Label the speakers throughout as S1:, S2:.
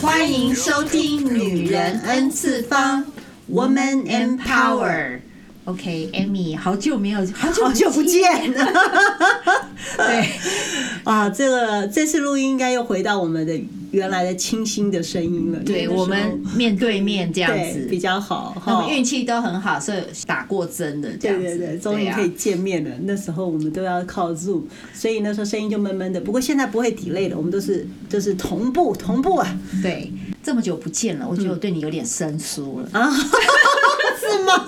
S1: 欢迎收听《女人 N 次方》（Woman and Power）。
S2: OK，Amy，、好久没有，好久
S1: 好久不见了
S2: 对，
S1: 啊！这个这次录音应该又回到我们的原来的清新的声音了。
S2: 对
S1: 因为那时候
S2: 我们面对面这样
S1: 对比
S2: 子，
S1: 较好哈。
S2: 我们运气都很好，所以打过针的这
S1: 对
S2: 样
S1: 对
S2: 子，
S1: 对，终于
S2: 啊
S1: 可以见面了。那时候我们都要靠 Zoom，所以那时候声音就闷闷的。不过现在不会 delay 了，我们都是就是同步同步啊
S2: 对。这么久不见了，我觉得我对你有点生疏了，
S1: 啊！ 是吗？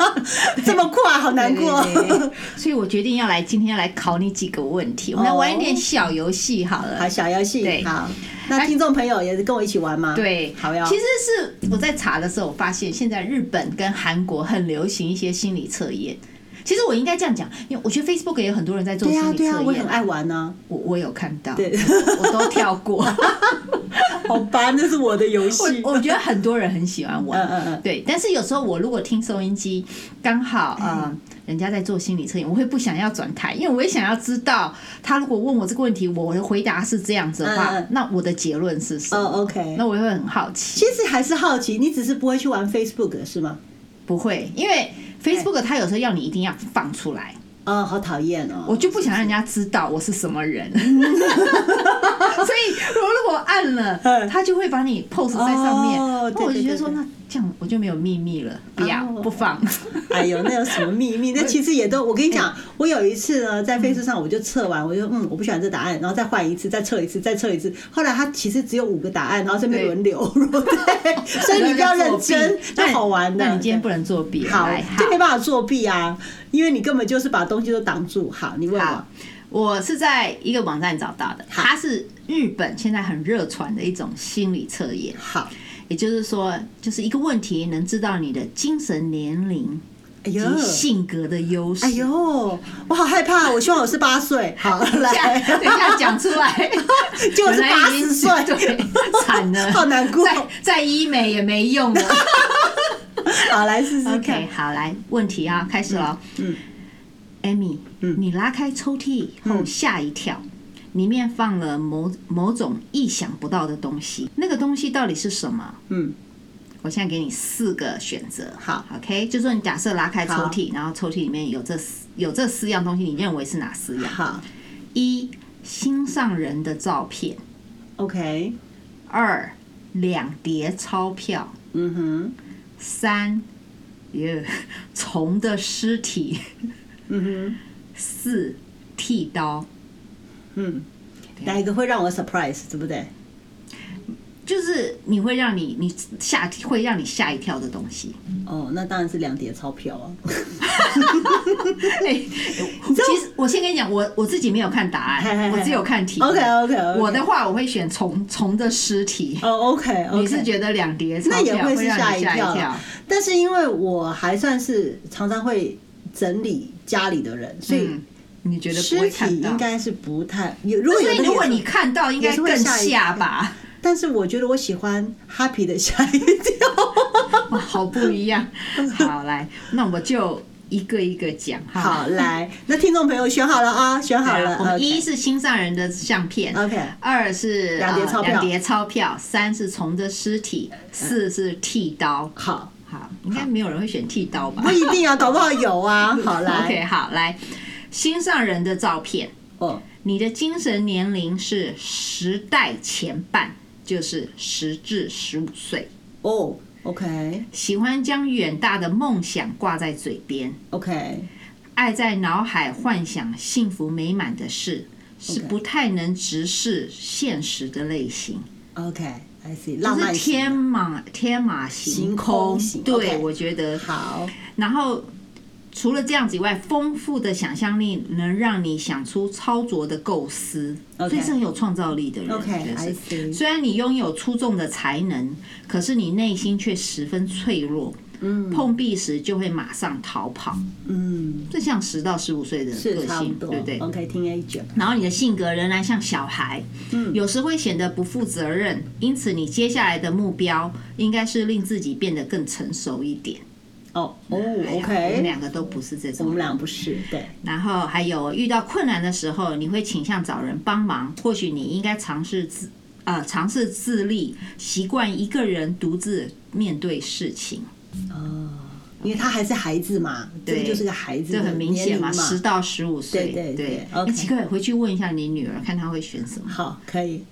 S1: 这么快，好难过。
S2: 对对对所以我决定要来今天要来考你几个问题，我们来玩一点小游戏好了。
S1: 好，小游戏
S2: 对
S1: 好。那听众朋友也是跟我一起玩吗？，
S2: 对，
S1: 好呀
S2: 其实是我在查的时候，我发现现在日本跟韩国很流行一些心理测验。其实我应该这样讲，因为我觉得 Facebook 也有很多人在做
S1: 对
S2: 心
S1: 呀
S2: 理测
S1: 对
S2: 验、啊
S1: 呀，我很爱玩呢。
S2: 我我有看到，
S1: 对
S2: 我我都跳 过。
S1: 好吧，那是我的游戏。
S2: 我我觉得很多人很喜欢玩，
S1: 嗯嗯嗯
S2: 对。但是有时候我如果听收音机，刚好
S1: 嗯
S2: 呃人家在做心理测验，我会不想要转开，因为我也想要知道他如果问我这个问题，我的回答是这样子的话，
S1: 嗯嗯
S2: 那我的结论是什么？
S1: 哦，OK
S2: 那我也会很好奇。
S1: 其实还是好奇，你只是不会去玩 Facebook 是吗？
S2: 不会，因为 Facebook 它有时候要你一定要放出来，
S1: 啊，好讨厌哦！
S2: 我就不想让人家知道我是什么人。 所以我如果按了
S1: 嗯，
S2: 他就会把你 post 在上面，
S1: 哦
S2: 那我
S1: 对对
S2: 就觉得
S1: 对
S2: 说，
S1: 对
S2: 那这样我就没有秘密了，不要
S1: 哦
S2: 不放。
S1: 哎呦，那有什么 秘密？那其实也都，我跟你
S2: 哎
S1: 讲，我有一次呢，
S2: 嗯
S1: 在 Facebook 上我就测完，我就嗯，我不喜欢这答案，然后再换一次，再测一次，再测一次。后来它其实只有五个答案，然后这边轮流， 对， 所以你不要认真，那
S2: 那
S1: 好玩的。
S2: 那你今天不能作弊，
S1: 对好
S2: 来，
S1: 就没办法作弊啊，因为你根本就是把东西都挡住。好，你问我
S2: 好，我是在一个网站找到的，
S1: 好
S2: 它是日本现在很热传的一种心理测验，
S1: 好，
S2: 也就是说，就是一个问题能知道你的精神年龄
S1: 哎
S2: 及
S1: 呦，
S2: 性格的优势。
S1: 哎呦，我好害怕，我希望我是八岁。好，来，
S2: 等 一下讲出来，
S1: 结果是八十岁
S2: 本来已经对，惨了，
S1: 好难过
S2: 在在医美也没用 了。
S1: 好来试试看
S2: OK，。好，来问题啊，开始喽。
S1: 嗯
S2: Amy，
S1: 嗯
S2: 你拉开抽屉以后
S1: 嗯
S2: 吓一跳，里面放了某某种意想不到的东西，那个东西到底是什么？
S1: 嗯，
S2: 我现在给你四个选择，
S1: 好
S2: ，OK，就说你假设拉开抽
S1: 好
S2: 屉，然后抽屉里面有这四有这四样东西，你认为是哪四样？
S1: 好
S2: 一心上人的照片，
S1: ，OK，
S2: 二两叠钞票，
S1: 嗯哼，
S2: 三， 耶，虫的尸体，
S1: 嗯哼。
S2: 四剃刀，
S1: 嗯，
S2: 对
S1: 哪一个会让我 surprise，对不对？
S2: 就是你会让你你吓会让你吓一跳的东 西。
S1: 哦，那当然是两叠钞票啊。
S2: 哎其实我先跟你讲，我我自己没有看答
S1: 嘿嘿
S2: 案，
S1: 嘿
S2: 我只有看题目。
S1: OK，OK，OK
S2: 我的话我会选虫虫的尸体。
S1: 哦，OK，, o k
S2: 你是觉得两叠钞
S1: 那也
S2: 票
S1: 会
S2: 会
S1: 是
S2: 让
S1: 吓
S2: 你
S1: 一
S2: 吓
S1: 跳
S2: 一跳
S1: 啦？但是因为我还算是常常会整理家里的人，所以
S2: 嗯，你觉得不
S1: 尸
S2: 会
S1: 体
S2: 看到
S1: 应？该是不太。有如果
S2: 所
S1: 有
S2: 以
S1: 的
S2: 如果
S1: 也是
S2: 你，看到，应
S1: 也
S2: 该
S1: 是会
S2: 更
S1: 吓一
S2: 吓吧？
S1: 但是我觉得我喜欢 happy 的吓一跳。
S2: 哇，好不一 样。
S1: 嗯
S2: 好，来，那我就一个一个讲哈。
S1: 好，来，那听众朋友选好了啊，选好
S2: 对啊
S1: 了。
S2: 我们
S1: OK
S2: 一是心上人的相片
S1: OK
S2: 二是
S1: 两叠
S2: 呃
S1: 钞票嗯
S2: 两叠钞票，三是虫的尸体，四是剃刀。
S1: 好，
S2: 好，应该没有人会选剃刀吧
S1: 不？一定啊，搞不好有 啊。好，
S2: OK，
S1: 来，
S2: 好，来，心上人的照片，
S1: 哦，
S2: 你的精神年龄是十代前半，就是十至十五岁，
S1: 哦，OK，OK。
S2: 喜欢将远大的梦想挂在嘴边。爱在脑海幻想幸福美满的事，是
S1: OK
S2: 不太能直视现实的类型，
S1: OK，I see，
S2: 就
S1: 浪
S2: 是
S1: 漫型
S2: 天马天马行空。
S1: 行空型
S2: 对
S1: OK
S2: 我觉得。
S1: 好，
S2: 然后除了这样子以外，丰富的想象力能让你想出超卓的构思
S1: OK
S2: 所以是很有创造力的人。
S1: OK，
S2: 我觉
S1: I
S2: 得
S1: see
S2: 是虽然你拥有出众的才能，可是你内心却十分脆弱。
S1: 嗯
S2: 碰壁时就会马上逃跑，
S1: 嗯，
S2: 这像十到十五岁的
S1: 是
S2: 个
S1: 差不
S2: 性，
S1: 多，嗯
S2: 对不对？
S1: OK，听 A 卷，
S2: 然后你的性格仍然像小孩，嗯，有时会显得不负责任，因此你接下来的目标应该是令自己变得更成熟一点。
S1: 哦
S2: 哎
S1: 哦
S2: 呀我们
S1: ，OK，
S2: 两个都不是这
S1: 我
S2: 种
S1: 们
S2: 人。
S1: 俩不是，对，
S2: 然后还有遇到困难的时候，你会倾向找人帮忙，或许你应该尝试自呃尝试自立，习惯一个人独自面对事情。
S1: 因为他还是孩子嘛，这个
S2: 对
S1: 就是个孩子，
S2: 这很明显嘛，
S1: 嗯嘛。
S2: 十到十五岁，
S1: 对对对
S2: 那
S1: OK
S2: 奇怪，回去问一下你女儿，看她会选什么，
S1: 好，可以，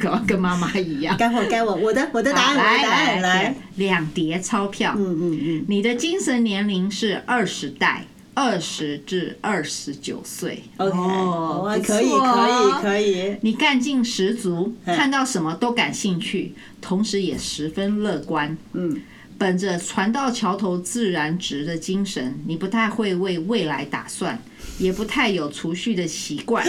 S2: 搞得跟妈妈一样。
S1: 该我该我，我的我的答案，
S2: 好
S1: 我的
S2: 来
S1: 答案
S2: 来
S1: 来，，
S2: 两叠钞票。
S1: 嗯嗯嗯，
S2: 你的精神年龄是二十代，二十至二十九岁。
S1: OK，啊
S2: 哦
S1: 哇，
S2: 不
S1: 可以
S2: 错哦
S1: 可以可以，
S2: 你干劲十足，
S1: 嗯
S2: 看到什么都感兴趣，同时也十分乐观。
S1: 嗯，
S2: 本着船到桥头自然直的精神，你不太会为未来打算，也不太有储蓄的习 惯，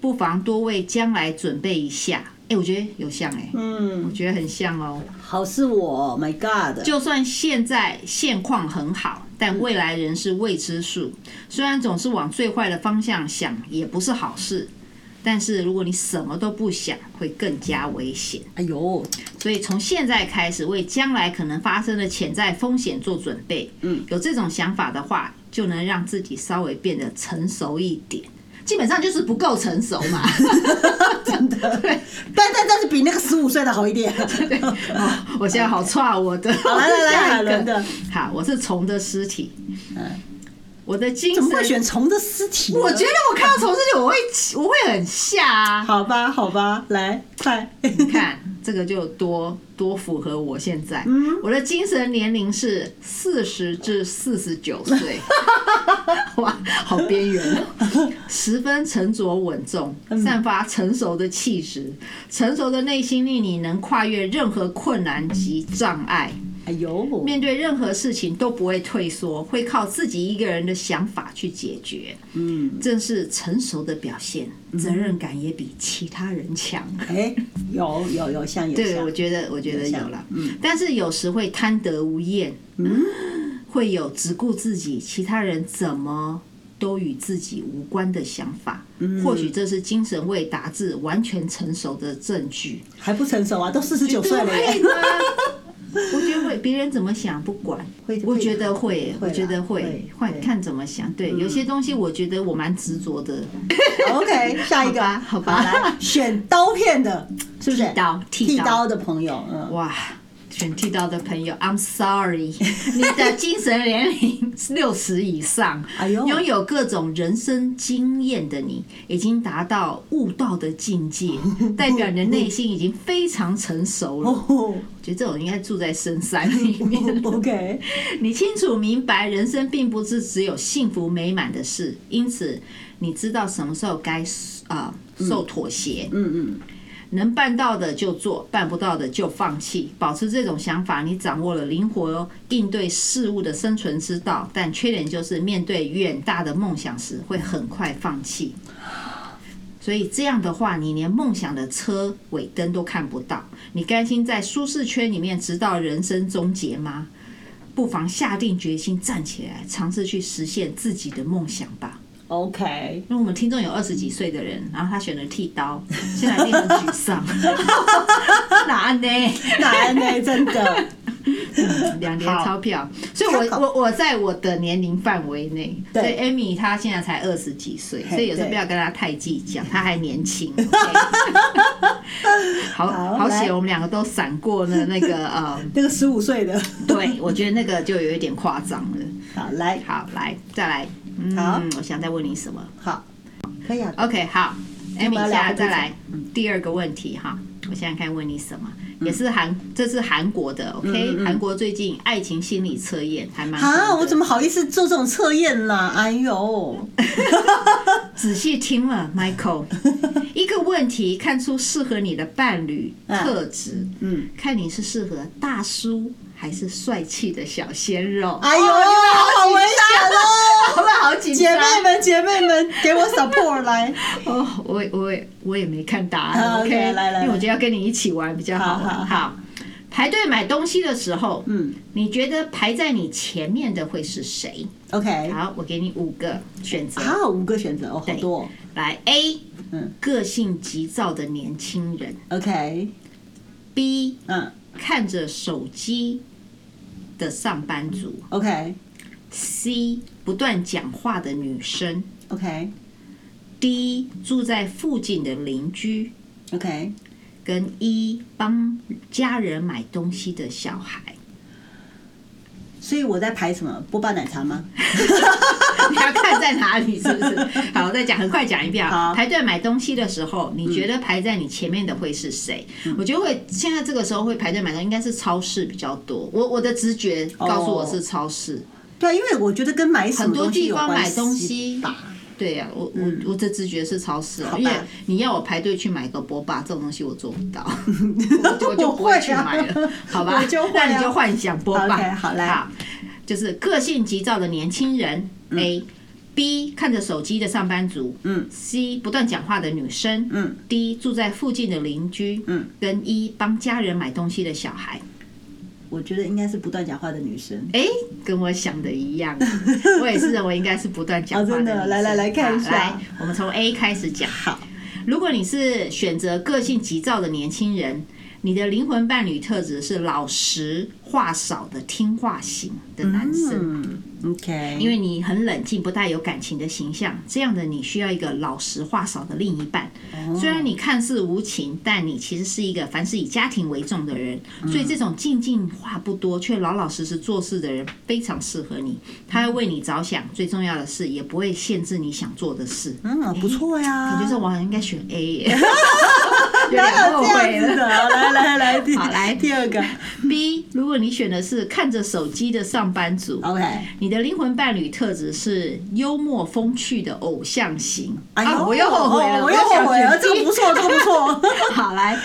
S2: 不妨多为将来准备一下。哎、我觉得有像哎、
S1: 嗯，
S2: 我觉得很像哦。
S1: 好是我，My，Oh God，
S2: 就算现在现况很好，但未来仍是未知数。虽然总是往最坏的方向想，也不是好事。但是如果你什么都不想，会更加危险。
S1: 哎呦，
S2: 所以从现在开始，为将来可能发生的潜在风险做准备。嗯，有这种想法的话，就能让自己稍微变得成熟一点。基本上就是不够成熟嘛。
S1: 真的，但但但是比那个十五岁的好一 点。
S2: 哦我现在好差，我的。
S1: 好，来来 来，
S2: 下
S1: 海
S2: 一
S1: 伦
S2: 个。
S1: 的，
S2: 好，我是虫的尸体。我的精
S1: 嗯怎
S2: 神
S1: 么会选虫的尸体呢？
S2: 我觉得我看到虫尸体，我会我会很吓 啊！
S1: 好吧，好吧，来， 快，
S2: 你看这个就多多符合我现在，
S1: 嗯
S2: 我的精神年龄是四十至四十九 岁，哇，好边缘哦！十分沉着稳重，
S1: 嗯
S2: 散发成熟的气质，成熟的内心令你能跨越任何困难及障碍。
S1: 哎呦，
S2: 面对任何事情都不会退缩，会靠自己一个人的想法去解决。嗯，正是成熟的表现，责任感也比其他人强。
S1: 哎，有有有像有
S2: 对，我
S1: 像，
S2: 觉得我觉得有
S1: 像
S2: 了，嗯，但是有时会贪得无厌，嗯，会有只顾自己，其他人怎么都与自己无关的想法。或许这是精神未达至完全成熟的证据。
S1: 还不成熟啊，都四十九岁了耶。
S2: 对吗？我觉得会，别人怎么想不管
S1: 会，
S2: 我觉得会，
S1: 会
S2: 我
S1: 啦
S2: 觉得会
S1: 会，嗯
S2: 换
S1: 会
S2: 看怎么想。对，有些东西我觉得我蛮执着的，
S1: OK，下一个，
S2: 好吧好吧
S1: 来选刀片的，是不是？
S2: 剃刀剃
S1: 剃
S2: 刀
S1: 刀的朋友，嗯，
S2: 哇。选剃刀的朋友，I'm sorry，你 的精神年龄六十以 上，
S1: 哎呦
S2: 拥有各种人生经验的你，已经达到悟道的境界， 代表你的内心已经非常成熟了。我
S1: 哦
S2: 觉得这种应该住在深山里 面。
S1: ，OK，
S2: 你清楚明白，人生并不是只有幸福美满的事，因此你知道什么时候该啊、受妥协。嗯嗯。能办到的就做，办不到的就放弃。保持这种想法，你掌握了灵活哦应对事物的生存之道。但缺点就是，面对远大的梦想时，会很快放弃。所以这样的话，你连梦想的车尾灯都看不到，你甘心在舒适圈里面直到人生终结吗？不妨下定决心站起来，尝试去实现自己的梦想吧。
S1: ，OK，
S2: 因为我们听众有二十几岁的人，然后他选了剃刀，现在一定很沮丧。 哪 呢？
S1: 哪呢？真的，
S2: 两叠钞票，所以我我我在我的年龄范围内，所
S1: 对
S2: 以 Amy 她现在才二十几岁，
S1: 嘿
S2: 所以有时候
S1: 对
S2: 不要跟她太计较，她还年轻。OK 好
S1: 好
S2: 好
S1: 来
S2: 险，我们两个都闪过了那个呃，
S1: 那个十五岁的，
S2: 对我觉得那个就有一点夸张了。
S1: 好，来，
S2: 好，来再来，嗯，
S1: 好
S2: 我想再问你什么
S1: 好，可以啊，
S2: ？OK，好
S1: 要不
S2: ，Amy，
S1: 要
S2: 现
S1: 聊
S2: 在再
S1: 这
S2: 来嗯第二个问题哈，我想想看问你什么，
S1: 嗯
S2: 也是韩，这是韩国的，OK，韩国最近爱情心理测验还蛮
S1: 啊，我怎
S2: 么
S1: 么好意思做这种测验呢？哎呦，
S2: 仔细听了，Michael，一 个问题看出适合你的伴侣
S1: 嗯
S2: 特质，
S1: 嗯，
S2: 看你是适合大叔还是帅气的小鲜肉，哦
S1: 哎呦，你们好危险哦！
S2: 我们 好紧
S1: 姐
S2: 张，
S1: 妹们，姐妹们，给我 support 来，
S2: 哦，我也我也我也没看答案
S1: 啊
S2: ，OK，
S1: OK，来来
S2: 因为我觉得要跟你一起玩比较好玩。
S1: 好好
S2: 排队买东西的时候，
S1: 嗯
S2: 你觉得排在你前面的会是谁？
S1: ，OK，
S2: 好，我给你五个选择。
S1: 啊，五个选择哦，好多哦
S2: 来 A，
S1: 嗯
S2: 个性急躁的年轻人
S1: ，OK，
S2: ；B，
S1: 嗯
S2: 看着手机的上班族
S1: ，OK，OK，
S2: ；C，不断讲话的女生；D，住在附近的邻居。
S1: OK，
S2: 跟一帮家人买东西的小孩。
S1: 所以我在排什么波霸奶茶吗？
S2: 你要看在哪里，是不是？好，我再讲，很快讲一遍啊。
S1: 好
S2: 排队买东西的时候，你觉得排在你前面的会是谁？我觉得会，现在这个时候会排队买东西，应该是超市比较多。我我的直觉告诉我是超市。
S1: 对啊，因为我觉得跟买什么
S2: 多
S1: 东西
S2: 地
S1: 有
S2: 方
S1: 关
S2: 买东
S1: 系
S2: 西
S1: 吧。
S2: 对呀、我我、我的直觉是超市啊，
S1: 嗯好吧
S2: 因为你要我排队去买个波霸这种东西，我做不到， 我就我就不会去买
S1: 我会
S2: 了
S1: 啊，
S2: 好吧？
S1: 我就会啊
S2: 那你就幻想波霸。
S1: OK，好来
S2: 就是个性急躁的年轻人、A。B 看着手机的上班族，嗯，C 不断讲话的女生，嗯，D 住在附近的邻居，嗯，跟 E 帮家人买东西的小孩，
S1: 我觉得应该是不断讲话的女生。
S2: 哎，跟我想的一 样，我也是认为应该是不断讲
S1: 哦
S2: 话
S1: 真的
S2: 女生
S1: 来来来看一下
S2: 好来，我们从 A 开始讲。
S1: 好，
S2: 如果你是选择个性急躁的年轻人，你的灵魂伴侣特质是老实、话少的听话型的男生，
S1: 嗯，OK，
S2: 因为你很冷静、不带有感情的形象，这样的你需要一个老实话少的另一半。
S1: 哦
S2: 虽然你看似无情，但你其实是一个凡是以家庭为重的人，
S1: 嗯
S2: 所以这种静静话不多却老老实实做事的人非常适合你。他会为你着想，最重要的是也不会限制你想做的事。
S1: 嗯不错呀，
S2: 感觉上我好像应该选 A 耶， 有
S1: 哪
S2: 点
S1: 有
S2: 后
S1: 这
S2: 悔
S1: 样子
S2: 了。
S1: 的？来来 来，第
S2: 好来
S1: 第二个
S2: B，如果你选的是看着手机的上班族，
S1: ，OK，哎
S2: 你的灵魂伴侣特质是幽默风趣的偶像型。
S1: 哎呦
S2: 啊，我又后悔了，
S1: 哦我又后悔了，
S2: 想选
S1: 这
S2: B
S1: 个不错，这个不错。
S2: 好来，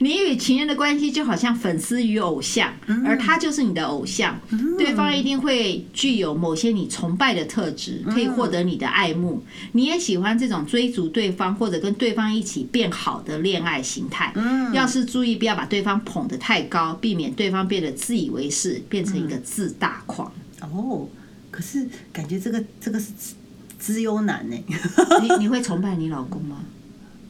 S2: 你与情人的关系就好像粉丝与偶像，
S1: 嗯
S2: 而他就是你的偶像，对方一定会具有某些你崇拜的特质，
S1: 嗯
S2: 可以获得你的爱慕。你也喜欢这种追逐对方或者跟对方一起变好的恋爱形态。
S1: 嗯
S2: 要是注意不要把对方捧得太高，避免对方变得自以为是，变成一个自大 狂。
S1: 哦，可是感觉这个这个是资资优男呢。
S2: 你你会崇拜你老公吗？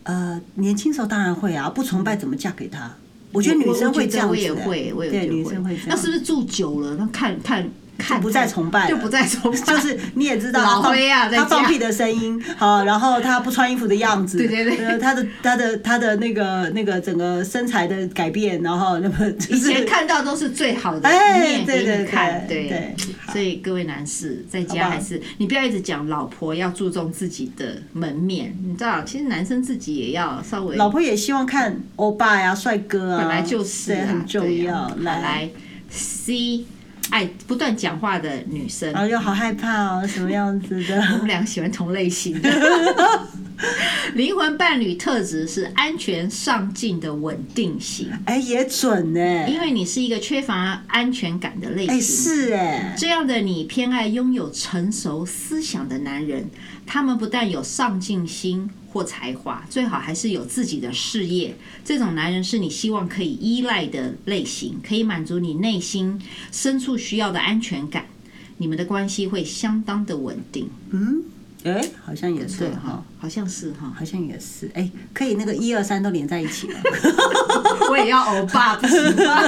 S1: 呃，年轻时候当然会啊，不崇拜怎么嫁给他？我觉得女生会这样子、
S2: 我
S1: 欸
S2: 觉得我也会，我也
S1: 对
S2: 觉得
S1: 女生会这样。
S2: 那是不是住久了，那看看看
S1: 不再崇拜了
S2: 就不再崇拜，
S1: 就是你也知道
S2: 老
S1: 他放
S2: 灰啊在
S1: 他放
S2: 家
S1: 屁的声音，好，然后他不穿衣服的样子，
S2: 对对对
S1: 呃，他的他的他的那个那个整个身材的改变，然后那么 就
S2: 以
S1: 是
S2: 前看到都是最好的一
S1: 哎
S2: 面
S1: 对
S2: 给
S1: 对
S2: 你看，
S1: 对
S2: 对
S1: 对。
S2: 所以各位男士在
S1: 好
S2: 家
S1: 吧
S2: 还是你不要一直讲老婆要注重自己的门面，你知道，其实男生自己也要稍微
S1: 老婆也希望看欧巴呀、帅哥啊，
S2: 本来就是
S1: 对
S2: 啊，
S1: 很重
S2: 对
S1: 要。
S2: 啊好来 C，爱不断讲话的女生
S1: 然，后又好害怕哦，什么样子
S2: 我
S1: 的？
S2: 们俩喜欢同类型的。 灵魂伴侣特质是安全、上进的稳定型，
S1: 哎，也准呢、
S2: 因为你是一个缺乏安全感的类
S1: 哎，
S2: 型。
S1: 是哎、
S2: 这样的你偏爱拥有成熟思想的男人，他们不但有上进心或才华，最好还是有自己的事业。这种男人是你希望可以依赖的类型，可以满足你内心深处需要的安全感。你们的关系会相当的稳定，
S1: 哎、好像也是
S2: 对
S1: 哈
S2: 哈。，好像是哈。
S1: 好像也是，哎、可以那个一二三都连在一起 了。
S2: 我也要欧巴，不行吗？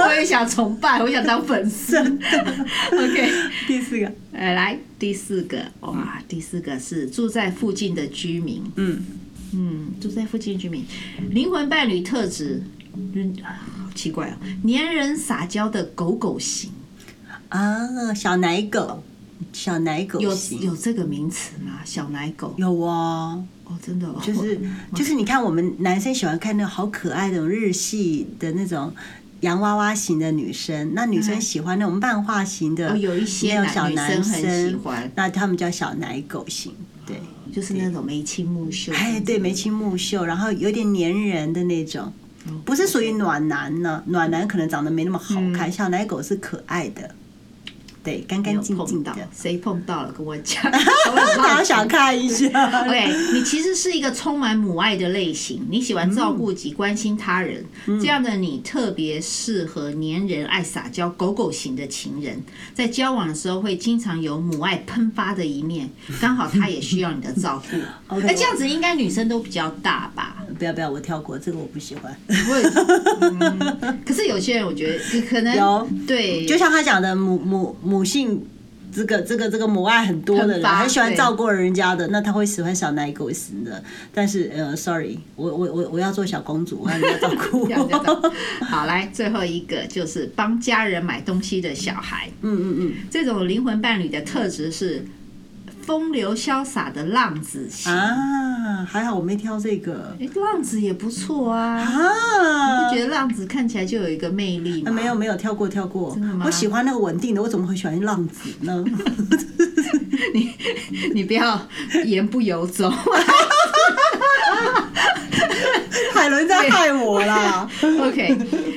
S2: 我也想崇拜，我想当粉丝。OK，
S1: 第四个，
S2: 呃，来第四个，哇，第四个是住在附近的居民。
S1: 嗯
S2: 嗯，住在附近的居民，灵魂伴侣特质，嗯，好奇怪哦，粘人撒娇的狗狗型，
S1: 啊，小奶狗，小奶狗
S2: 有
S1: 型
S2: 有这个名词吗？小奶狗？
S1: 有哦，
S2: 哦，真的、哦，
S1: 就是就是，你看我们男生喜欢看那种好可爱的那种日系的那种洋娃娃型的女生，那女生喜欢那种漫画型的，
S2: 嗯哦有一些
S1: 那
S2: 男
S1: 种小
S2: 女
S1: 男
S2: 生很喜欢
S1: 那他们叫小奶狗型，对，
S2: 就是那种眉清目秀。
S1: 哎，对，眉清目秀，然后有点粘人的那种。
S2: 哦
S1: 不是属于暖男呢，暖男可能长得没那么好看，小奶狗是可爱的，对，干
S2: 嗯没有
S1: 干净
S2: 碰
S1: 净的
S2: 到，，谁碰到了跟我讲，
S1: 大家想看一下。
S2: OK，你其实是一个充满母爱的类型，你喜欢照顾及关心他人，
S1: 嗯
S2: 这样的你特别适合粘人、爱撒娇、狗狗型的情人，在交往的时候会经常有母爱喷发的一 面，刚好他也需要你的照顾。
S1: OK，
S2: 那这样子应该女生都比较大 吧？
S1: 不要不要，我跳过这个，我不喜欢。
S2: 我也，嗯，可是有些人我觉得可能
S1: 有
S2: 对，
S1: 就像他讲的母母母性这个这个这个母爱很多的
S2: 很
S1: 人，
S2: 乏
S1: 很喜欢
S2: 对
S1: 照顾人家的，那他会喜欢小奶狗型的。但是呃，sorry，我我我我要做小公主，我要人家照顾
S2: 这样这样
S1: 我。
S2: 好，来最后一个就是帮家人买东西的小孩，
S1: 嗯嗯嗯
S2: 这种灵魂伴侣的特质是风流潇洒的浪子型。
S1: 啊，还好我没挑这个
S2: 诶浪子也不错啊，
S1: 啊
S2: 不。觉得浪子看起来就有一个魅力吗？
S1: 啊没有没有跳过跳过
S2: 真的吗，
S1: 我喜欢那个稳定的，我怎么会喜欢浪子呢？
S2: 你不要言不由衷。
S1: 海伦在害我 啦！
S2: OK，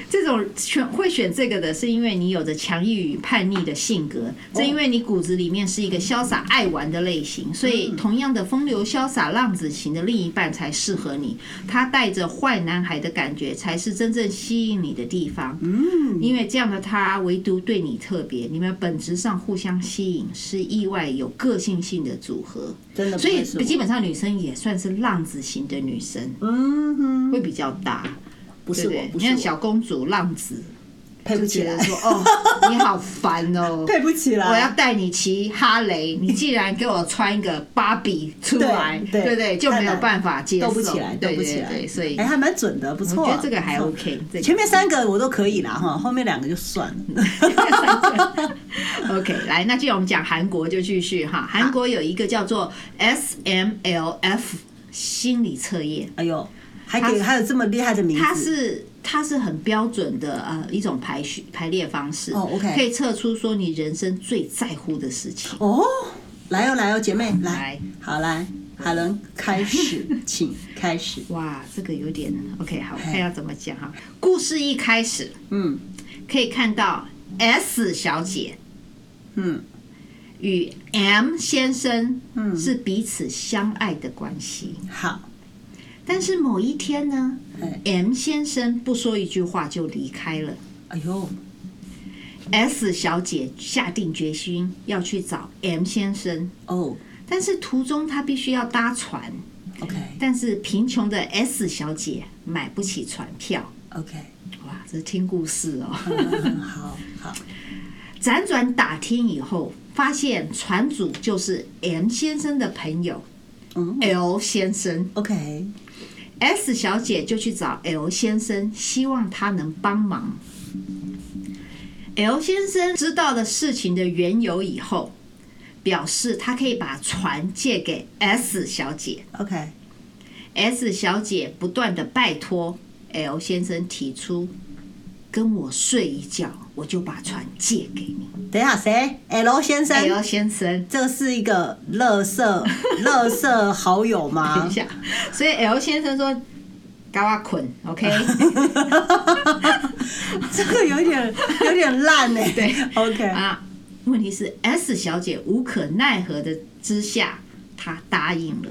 S2: 这种选会选这个的是因为你有着强毅与叛逆的性格，正因为你骨子里面是一个潇洒爱玩的类型，所以同样的风流潇洒浪子型的另一半才适合你。他带着坏男孩的感觉，才是真正吸引你的地方。嗯，因为这样的他唯独对你特别，你们本质上互相吸引，是意外有个性性的组合。
S1: 真的不
S2: 所以
S1: 会是我，
S2: 基本上女生也算是浪子型的女生，
S1: 嗯哼，
S2: 会比较大。
S1: 不是
S2: 对
S1: 我，不
S2: 你
S1: 是
S2: 看
S1: 我，
S2: 小公主浪子，
S1: 配不
S2: 就
S1: 起啊
S2: 觉
S1: 来
S2: 得，说哦，你好烦哦，
S1: 配不起来。
S2: 我要带你骑哈雷，你竟然给我穿一个芭比出来，
S1: 对对
S2: 对不对，就没有
S1: 太难
S2: 办法接受，
S1: 斗不起来，斗
S2: 对
S1: 不
S2: 对
S1: 起来，
S2: 哦对，所以
S1: 哎，还蛮准的，不
S2: 我
S1: 错。啊
S2: 觉得这个还
S1: 不错
S2: OK，这
S1: 前
S2: 个。
S1: 面 三个我都可以啦哈，后面两个就算了。
S2: OK，来，那既然我们讲韩国，就继续哈。韩国有一个叫做 SMLF 心理测验，
S1: 哎呦，还给还有这么厉害的名字，
S2: 它是它是很标准的呃一种排序排列方式
S1: 哦，OK
S2: 可以测出说你人生最在乎的事情。
S1: 哦，来哦来哦，姐妹
S2: 来
S1: 来，好来，海伦开始， 请开始。
S2: 哇，这个有点 OK，好，我看要怎么讲哈。故事一开始
S1: 嗯
S2: 可以看到 S 小姐
S1: 嗯
S2: 与 M 先生
S1: 嗯，
S2: 是彼此相爱的关系，
S1: 好，
S2: 但是某一天呢
S1: 哎
S2: ，M 先生不说一句话就离开了。
S1: 哎呦，
S2: S 小姐下定决心要去找 M 先生，
S1: 哦
S2: 但是途中她必须要搭船，
S1: ，OK
S2: 但是贫穷的 S 小姐买不起船票。
S1: OK，
S2: 哇，这是听故事哦。
S1: 嗯好好，
S2: 辗转打听以后，发现船主就是 M 先生的朋友
S1: 嗯
S2: L 先生
S1: ，OK，
S2: ，S 小姐就去找 L 先生，希望他能帮忙。L 先生知道了事情的缘由以后，表示他可以把船借给 S 小姐。
S1: OK，
S2: S 小姐不断的拜托 L 先生提出，跟我睡一觉，我就把船借给你。
S1: 等一下谁？L 先生，
S2: L 先生。
S1: 这个是一个乐色乐色好友
S2: 等
S1: 吗
S2: 一？下，所以 L 先生说。嘎哇捆，OK，
S1: 这个有点有点烂 哎、
S2: 对
S1: ，OK，
S2: 啊，问题是 S 小姐无可奈何的之下，她答应了。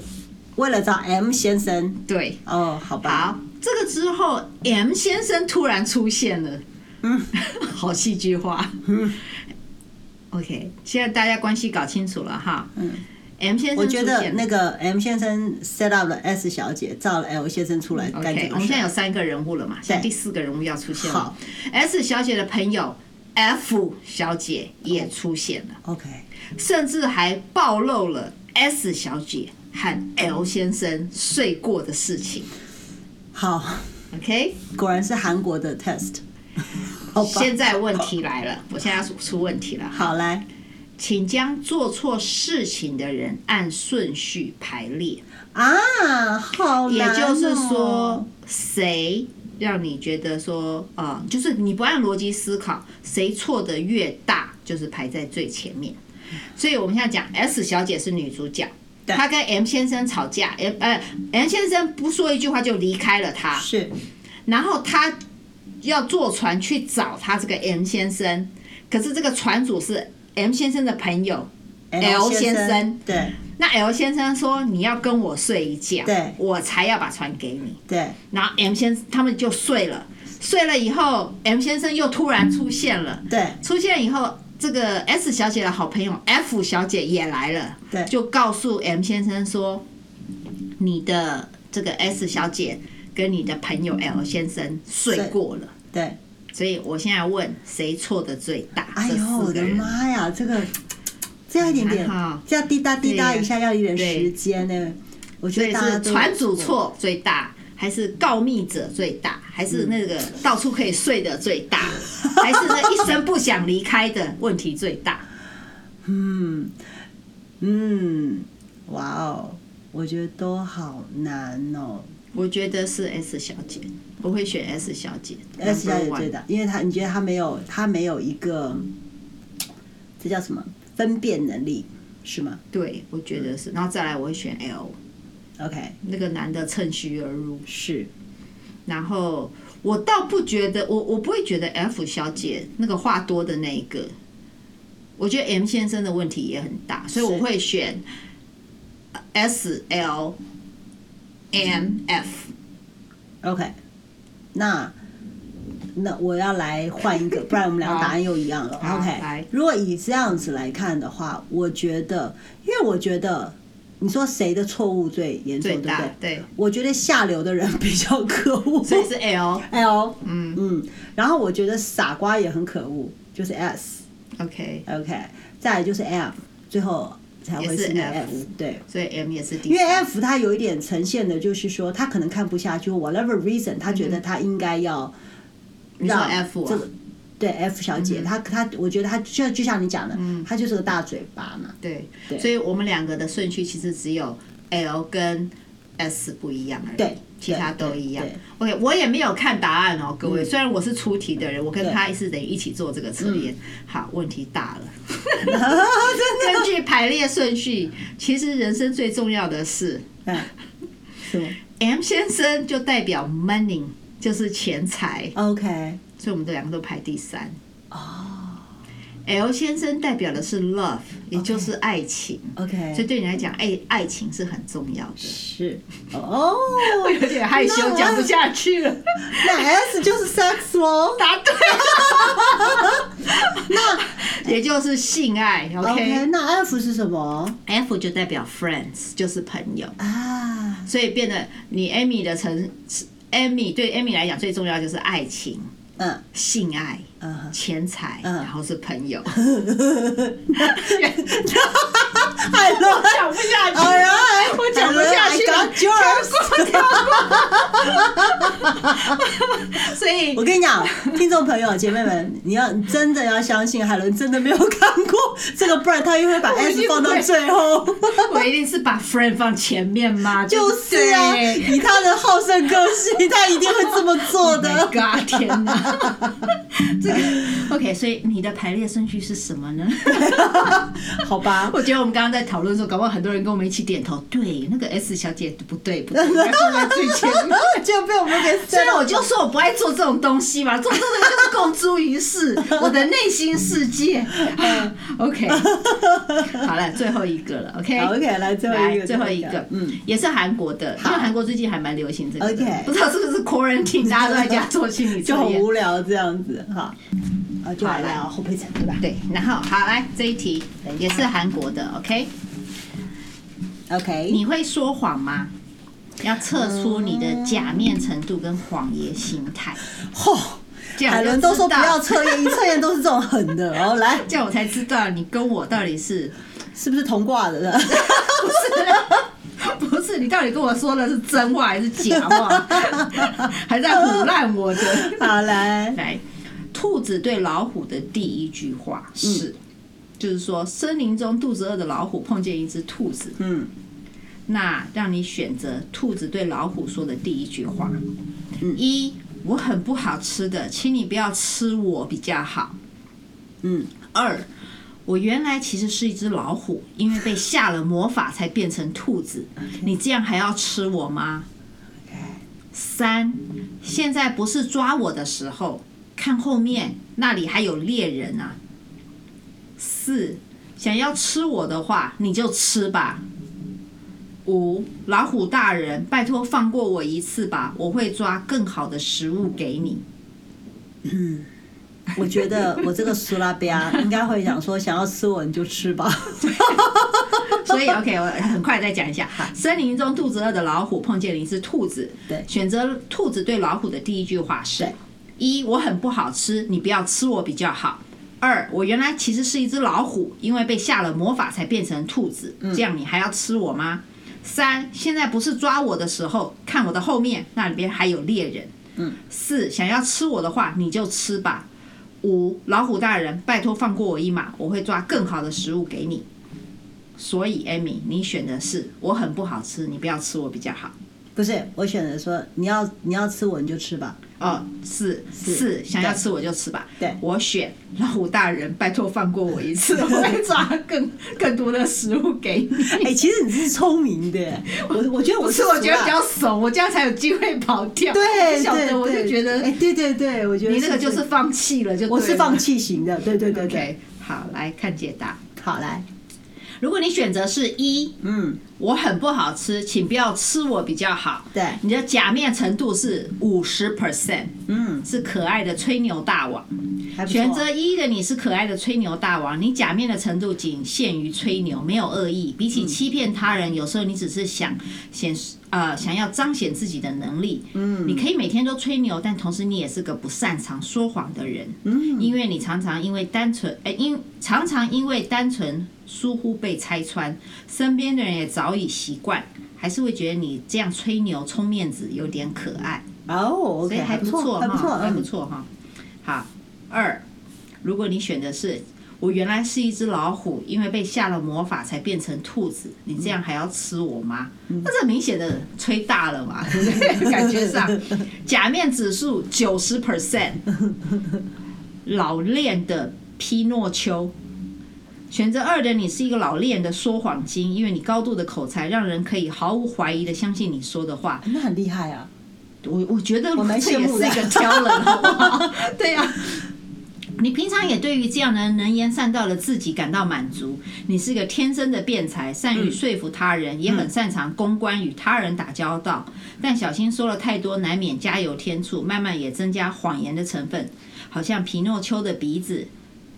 S1: 为了找 M 先生，
S2: 对，
S1: 哦，好吧，
S2: 好，这个之后 M 先生突然出现了，
S1: 嗯，
S2: 好戏剧化。OK，现在大家关系搞清楚了哈。嗯，M 先生
S1: 我觉
S2: 出
S1: 得
S2: 现
S1: 那个 M 先生 set up 了 S 小姐，造了 L 先生出来干这
S2: 嗯 OK，我
S1: 个
S2: 们
S1: 事
S2: 现在
S1: 儿。
S2: 有三个人物了嘛，现在第四个人物要出现了
S1: 好。
S2: S 小姐的朋友 F 小姐也出现了。
S1: OK，
S2: 甚至还暴露了 S 小姐和 L 先生睡过的事情。
S1: 好，
S2: OK，
S1: 果然是韩国的 test。好吧，
S2: 现在问题来了，我现在要出问题了，
S1: 好来，
S2: 请将做错事情的人按顺序排列，
S1: 啊，好
S2: 也
S1: 难、
S2: 就是，说，谁让你觉得说，呃，就是你不按逻辑思考，谁错的越大，就是排在最前面。所以我们现在讲，S 小姐是女主角，
S1: 对
S2: 她跟 M 先生吵架，M 呃 M 先生不说一句话就离开了她，
S1: 是
S2: 然后她要坐船去找她这个 M 先生，可是这个船主是 M 先生的朋友，L 先生
S1: 对
S2: 那 L 先生说你要跟我睡一觉，
S1: 对
S2: 我才要把船给你。
S1: 对，
S2: 然后 M 先生他们就睡了，睡了以后，M 先生又突然出现了，
S1: 对
S2: 出现以后，这个 S 小姐的好朋友 F 小姐也来了，
S1: 对
S2: 就告诉 M 先生说，你的这个 S 小姐跟你的朋友 L 先生睡过了，
S1: 对，
S2: 所以我现在问谁错的最大？
S1: 哎
S2: 这
S1: 呦
S2: 四
S1: 我
S2: 个
S1: 的
S2: 人，
S1: 妈呀，这个这样一点点
S2: 哎还好，
S1: 这样滴答滴答
S2: 对
S1: 一下要一点
S2: 对
S1: 时间呢。我觉
S2: 所
S1: 得
S2: 以
S1: 大家
S2: 是
S1: 都
S2: 传主错最大，还是告密者最大，还是
S1: 嗯
S2: 那个到处可以睡的最大， 还是那一生不想离开的问题最大？
S1: 嗯，哇哦，我觉得都好难哦。
S2: 我觉得是 S 小姐，我会选 S 小姐。
S1: S 小姐最
S2: number one
S1: 大，因为她你觉得她没有她没有一个，这叫什么分辨能力是吗
S2: 对，我觉得是。然后再来，我会选 L，
S1: ？OK，
S2: 那个男的趁虚而入。
S1: 是
S2: 然后我倒不觉得，我我不会觉得 F 小姐那个话多的那一个，我觉得 M 先生的问题也很大，所以
S1: 是
S2: 我会选 S L M F。
S1: OK。那那我要来换一个，不然我们俩答案又一样了。
S2: 好
S1: OK，
S2: 来
S1: 如果以这样子来看的话，我觉得，因为我觉得你说谁的错误最严重，
S2: 最
S1: 对不
S2: 大
S1: 对？
S2: 对，
S1: 我觉得下流的人 比较可恶。
S2: 所以 是 L。
S1: L，
S2: 嗯
S1: 嗯，然后我觉得傻瓜也很可恶，就是 S。
S2: ，OK，
S1: OK，再来就是 F，最后才会
S2: 也是
S1: 是那
S2: F
S1: F，对。
S2: 所以 M 也是第
S1: 因为
S2: 三
S1: F 它有一点呈现的就是说，他可能看不下去，whatever reason，他觉得他应该要
S2: 嗯你说
S1: 让
S2: F
S1: 这
S2: 啊嗯
S1: 个，对 F 小姐，她她我觉得她就就像你讲的，她就是个大嘴 巴嘛，
S2: 对，
S1: 对
S2: 所以我们两个的顺序其实只有 L 跟 S 不一样而已，
S1: 对
S2: 其他都一样
S1: 对。嗯
S2: OK，我也没有看答案哦，各位，虽然我是出题的人，我跟他是得一起做这个测
S1: 嗯
S2: 验。好，问题大了，根据排列顺 序，其实人生最重要的是
S1: 嗯，是吗
S2: M 先生就代表 money，就是钱财，
S1: ？OK，
S2: 所以我们这两个都排第三。
S1: 哦
S2: L 先生代表的是 love，也就是爱情。所以
S1: ，OK，
S2: 对你来讲，爱爱情是很重要的。
S1: 是哦，
S2: 我有点害羞，讲不下去了。
S1: 那 S 就是 sex 喽
S2: 答对那也就是性爱
S1: ，OK，
S2: ，OK。
S1: 那 F 是什么
S2: F 就代表 friends，就是朋友，
S1: 啊？
S2: 所以变得你 Amy 的成 Amy 对 Amy 来讲最重要就是爱情、
S1: 嗯
S2: 性爱、
S1: 嗯哼。
S2: 钱财，
S1: 嗯
S2: 然后是朋友。
S1: 太乱
S2: 讲不下去
S1: All right，
S2: 我讲不下去
S1: I
S2: 了
S1: got yours。
S2: 所以
S1: 我跟你讲，听众朋友、姐妹们，你要你真的要相信海伦真的没有看过这个，不然他又会把 S 放到最后。
S2: 我一定是把 friend 放前面嘛，
S1: 就是啊，
S2: 对不对
S1: 以他的好胜个性，他一定会这么做
S2: Oh
S1: 的。
S2: my God，天哪！这个 OK，所以你的排列顺序是什么 呢？
S1: 好吧，
S2: 我觉得我们刚刚在讨论的时候，搞不好很多人跟我们一起点头，对，那个 S 小姐不对不对， 应该放在最前面。
S1: 就被我们给
S2: 虽
S1: 删
S2: 然
S1: 了。
S2: 我就说我不爱做这种东西嘛，做这个就是公诸于世，我的内心世 界。啊 OK，好 了，最后一个了，OK。
S1: 好，OK，来最后一
S2: 来，
S1: 个，
S2: 最后一个，
S1: 嗯，，
S2: 也是韩国的，因为韩国最近还蛮流行这个的
S1: OK
S2: 不知道是不是 quarantine，大家都在家做心理
S1: 就
S2: 测
S1: 很
S2: 验。
S1: 无聊这样子哈。啊，就来
S2: 好
S1: 聊后配层对吧
S2: 对，然后好来这一题
S1: 等一下
S2: 也是韩国的，OK？
S1: 哎？OK，
S2: 你会说谎吗？要测出你的假面程度跟谎言心态，
S1: 嚯，
S2: 这样
S1: 海
S2: 我就
S1: 伦都说
S2: 知
S1: 不
S2: 道
S1: 要，测验，一测验都是这种狠的。然后来，
S2: 这样我才知道你跟我到底是
S1: 是不是同挂的呢？
S2: 不是不是你到底跟我说的是真话还是假 话，还在唬烂我的。
S1: 好来，
S2: 来，兔子对老虎的第一句话是，就是说森林中肚子饿的老虎碰见一只兔子，
S1: 嗯
S2: 那让你选择兔子对老虎说的第一句话：一，我很不好吃的，请你不要吃我比较好；
S1: 嗯，
S2: 二，我原来其实是一只老虎，因为被下了魔法才变成兔子，你这样还要吃我吗？三，现在不是抓我的时候，看后面那里还有猎人啊。四，想要吃我的话，你就吃吧。五，老虎大人，拜托放过我一次吧，我会抓更好的食物给你。
S1: 我觉得我这个苏拉比亚应该会想说，想要吃我你就吃吧。
S2: 所以 OK，我很快再讲一下，森林中肚子饿的老虎碰见了一只兔子，
S1: 对
S2: 选择兔子对老虎的第一句话是：一，我很不好吃，你不要吃我比较好。二，我原来其实是一只老虎，因为被下了魔法才变成兔子，这样你还要吃我吗？三，现在不是抓我的时候，看我的后面那里边还有猎人。嗯。四，想要吃我的话，你就吃吧。五，老虎大人，拜托放过我一马，我会抓更好的食物给你。所以，Amy，你选的是我很不好吃，你不要吃我比较好。
S1: 不是，我选择说你要你要吃我你就 吃吧。
S2: 哦，是是，想要吃我就吃吧。
S1: 对
S2: 我选老虎大人，拜托放过我一次， 我会抓更更多的食物给你。
S1: 哎、其实你是聪明的，我我觉得 我
S2: 不是，我觉得
S1: 熟
S2: 比
S1: 啦
S2: 较怂，我这样才有机会跑掉。
S1: 对
S2: 不晓
S1: 对
S2: 得，我就
S1: 对
S2: 觉得
S1: 哎、对对对，我觉得
S2: 你那个就是放弃了，就
S1: 我是放
S2: 弃。
S1: 弃型的，对对对对。
S2: OK，好，来看解答。
S1: 好来，
S2: 如果你选择是一，
S1: 嗯，
S2: 我很不好吃，请不要吃我比较好。
S1: 对
S2: 你的假面程度是五十 percent，
S1: 嗯，
S2: 是可爱的吹牛大王。
S1: 还不错
S2: 选择一的你是可爱的吹牛大王，你假面的程度仅限于吹牛，没有恶意。比起欺骗他人，有时候你只是想显示呃想要彰显自己的能力。嗯，你可以每天都吹牛，但同时你也是个不擅长说谎的人。嗯，因为你常常因为单纯，哎、因常常因为单纯疏忽被拆穿，身边的人也早已习惯，还是会觉得你这样吹牛充面子有点可爱。
S1: 哦
S2: 所以
S1: ，OK，
S2: 还
S1: 还
S2: 不
S1: 不错，
S2: 错
S1: 还
S2: 哈，
S1: 不错，
S2: 还不
S1: 嗯。
S2: 错哈。好，二，如果你选的是我原来是一只老虎，因为被下了魔法才变成兔子，你这
S1: 嗯
S2: 样还要吃我吗？那这明显的吹大了 嘛，对不对？感觉上，假面指数九十 percent，老练的皮诺丘。选择二的你是一个老练的说谎精，因为你高度的口才让人可以毫无怀疑的相信你说的话，
S1: 那很厉害啊！
S2: 我我觉得
S1: 我蛮
S2: 这也
S1: 羡
S2: 是
S1: 慕
S2: 一
S1: 的
S2: 个挑人，好不 好？对呀、你平常也对于这样的能言善道的自己感到满足。你是个天生的辩才，善于说服他人，也很擅长公关与他人打交道。但小心说了太多，难免加油添醋，慢慢也增加谎言的成分。好像皮诺丘的鼻子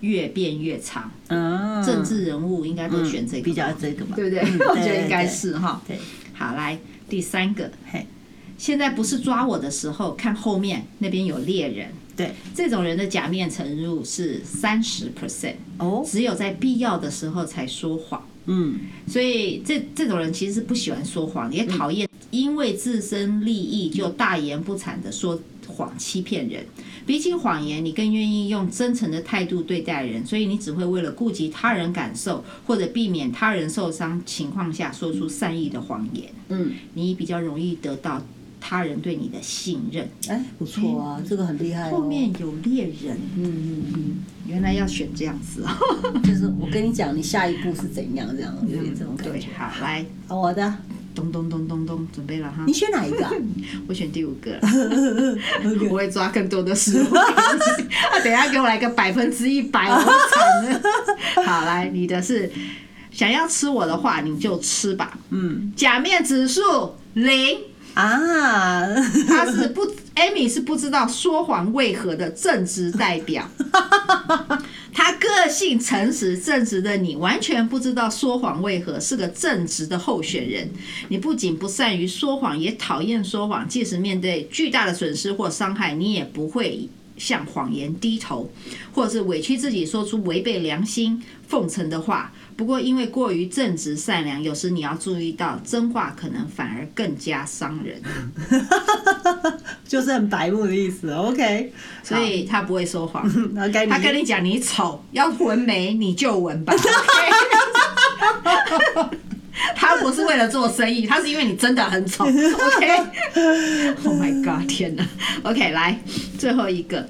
S2: 越变越长，
S1: 嗯，
S2: 政治人物应该都选这个吧、
S1: 比较这个吧，
S2: 对不对？
S1: 嗯
S2: 我觉得应该。是哈。
S1: 对对对，
S2: 好，来第三个
S1: 嘿，
S2: 现在不是抓我的时候，看后面那边有猎人，
S1: 对，
S2: 这种人的假面程度是三十 percent，
S1: 哦，
S2: 只有在必要的时候才说谎。
S1: 嗯，
S2: 所以这这种人其实是不喜欢说谎，也嗯讨厌因为自身利益就大言不惭的说谎欺骗人。比起谎言，你更愿意用真诚的态度对待人，所以你只会为了顾及他人感受或者避免他人受伤情况下说出善意的谎言。
S1: 嗯，
S2: 你比较容易得到他人对你的信任。
S1: 哎，不错啊，这个很厉害哦。
S2: 后面有猎人，
S1: 嗯，嗯嗯，
S2: 原来要选这样子啊、
S1: 就是我跟你讲，你下一步是怎样，这样 有点这种感
S2: 嗯对
S1: 觉。，
S2: 好，来，
S1: 好，我的，
S2: 咚咚咚咚咚，准备了哈
S1: 你。选哪一 个啊？
S2: 我选第五个了，我会抓更多的食物 给你。他等一下给我来个百分之一百，我会惨了。好，来，你的是想要吃我的话，你就吃吧。
S1: 嗯
S2: 假面指数零，
S1: 啊，
S2: 他是不，Amy 是不知道说谎为何的正直代表。他个性诚实正直的你，完全不知道说谎为何是个正直的候选人。你不仅不善于说谎，也讨厌说谎。即使面对巨大的损失或伤害，你也不会向谎言低头，或者是委屈自己说出违背良心、奉承的话。不过，因为过于正直善良，有时你要注意到真话可能反而更加伤人。
S1: 就是很白目的意思。OK，
S2: 所以他不会说谎。
S1: 那该 你
S2: 他跟你讲你丑，要纹眉你就纹吧。OK？他不是为了做生意，他是因为你真的很丑。OK，Oh、my god，天哪！OK，来最后一个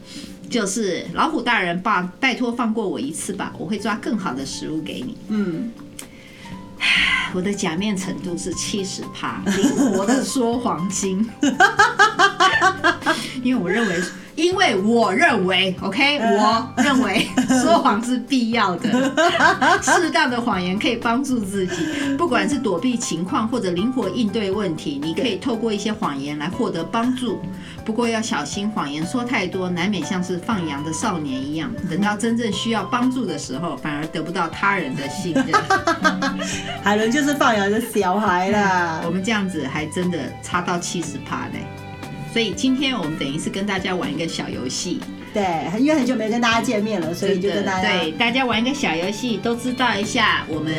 S2: 就是老虎大人爸，拜托放过我一次吧，我会抓更好的食物给你。
S1: 嗯，
S2: 我的假面程度是七十趴，灵活的说谎精。因为我认为，因为我认为，OK，我认为说谎是必要的，适当的谎言可以帮助自己，不管是躲避情况或者灵活应对问题，你可以透过一些谎言来获得帮助。不过要小心，谎言说太多，难免像是放羊的少年一样，等到真正需要帮助的时候，反而得不到他人的信任。
S1: 海伦就是放羊的小孩 啦
S2: 我。们这样子还真的差到七十趴嘞。所以今天我们等于是跟大家玩一个小游戏，
S1: 对，因为很久没跟大家见面了，所以就
S2: 真
S1: 跟
S2: 的
S1: 大家
S2: 对大家玩一个小游戏，都知道一下我们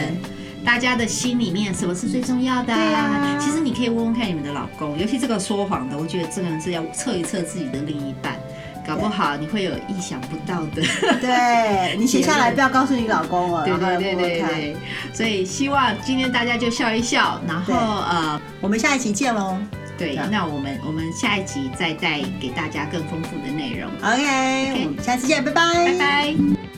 S2: 大家的心里面什么是最重要的、
S1: 对啊
S2: 其实你可以问问看你们的老公，尤其这个说谎的，我觉得这个人是要测一测自己的另一半，搞不好你会有意想不到 的。
S1: 对你写下来，不要告诉你老公哦，
S2: 对
S1: 然后
S2: 对
S1: 来
S2: 对
S1: 问问
S2: 对
S1: 看。
S2: 对，所以希望今天大家就笑一笑，然后
S1: 对
S2: 呃，
S1: 我们下一期见喽
S2: 对
S1: 对，
S2: 那我们我们下一集再带给大家更丰富的内容，
S1: ，OK，我们下次见，拜
S2: 拜拜。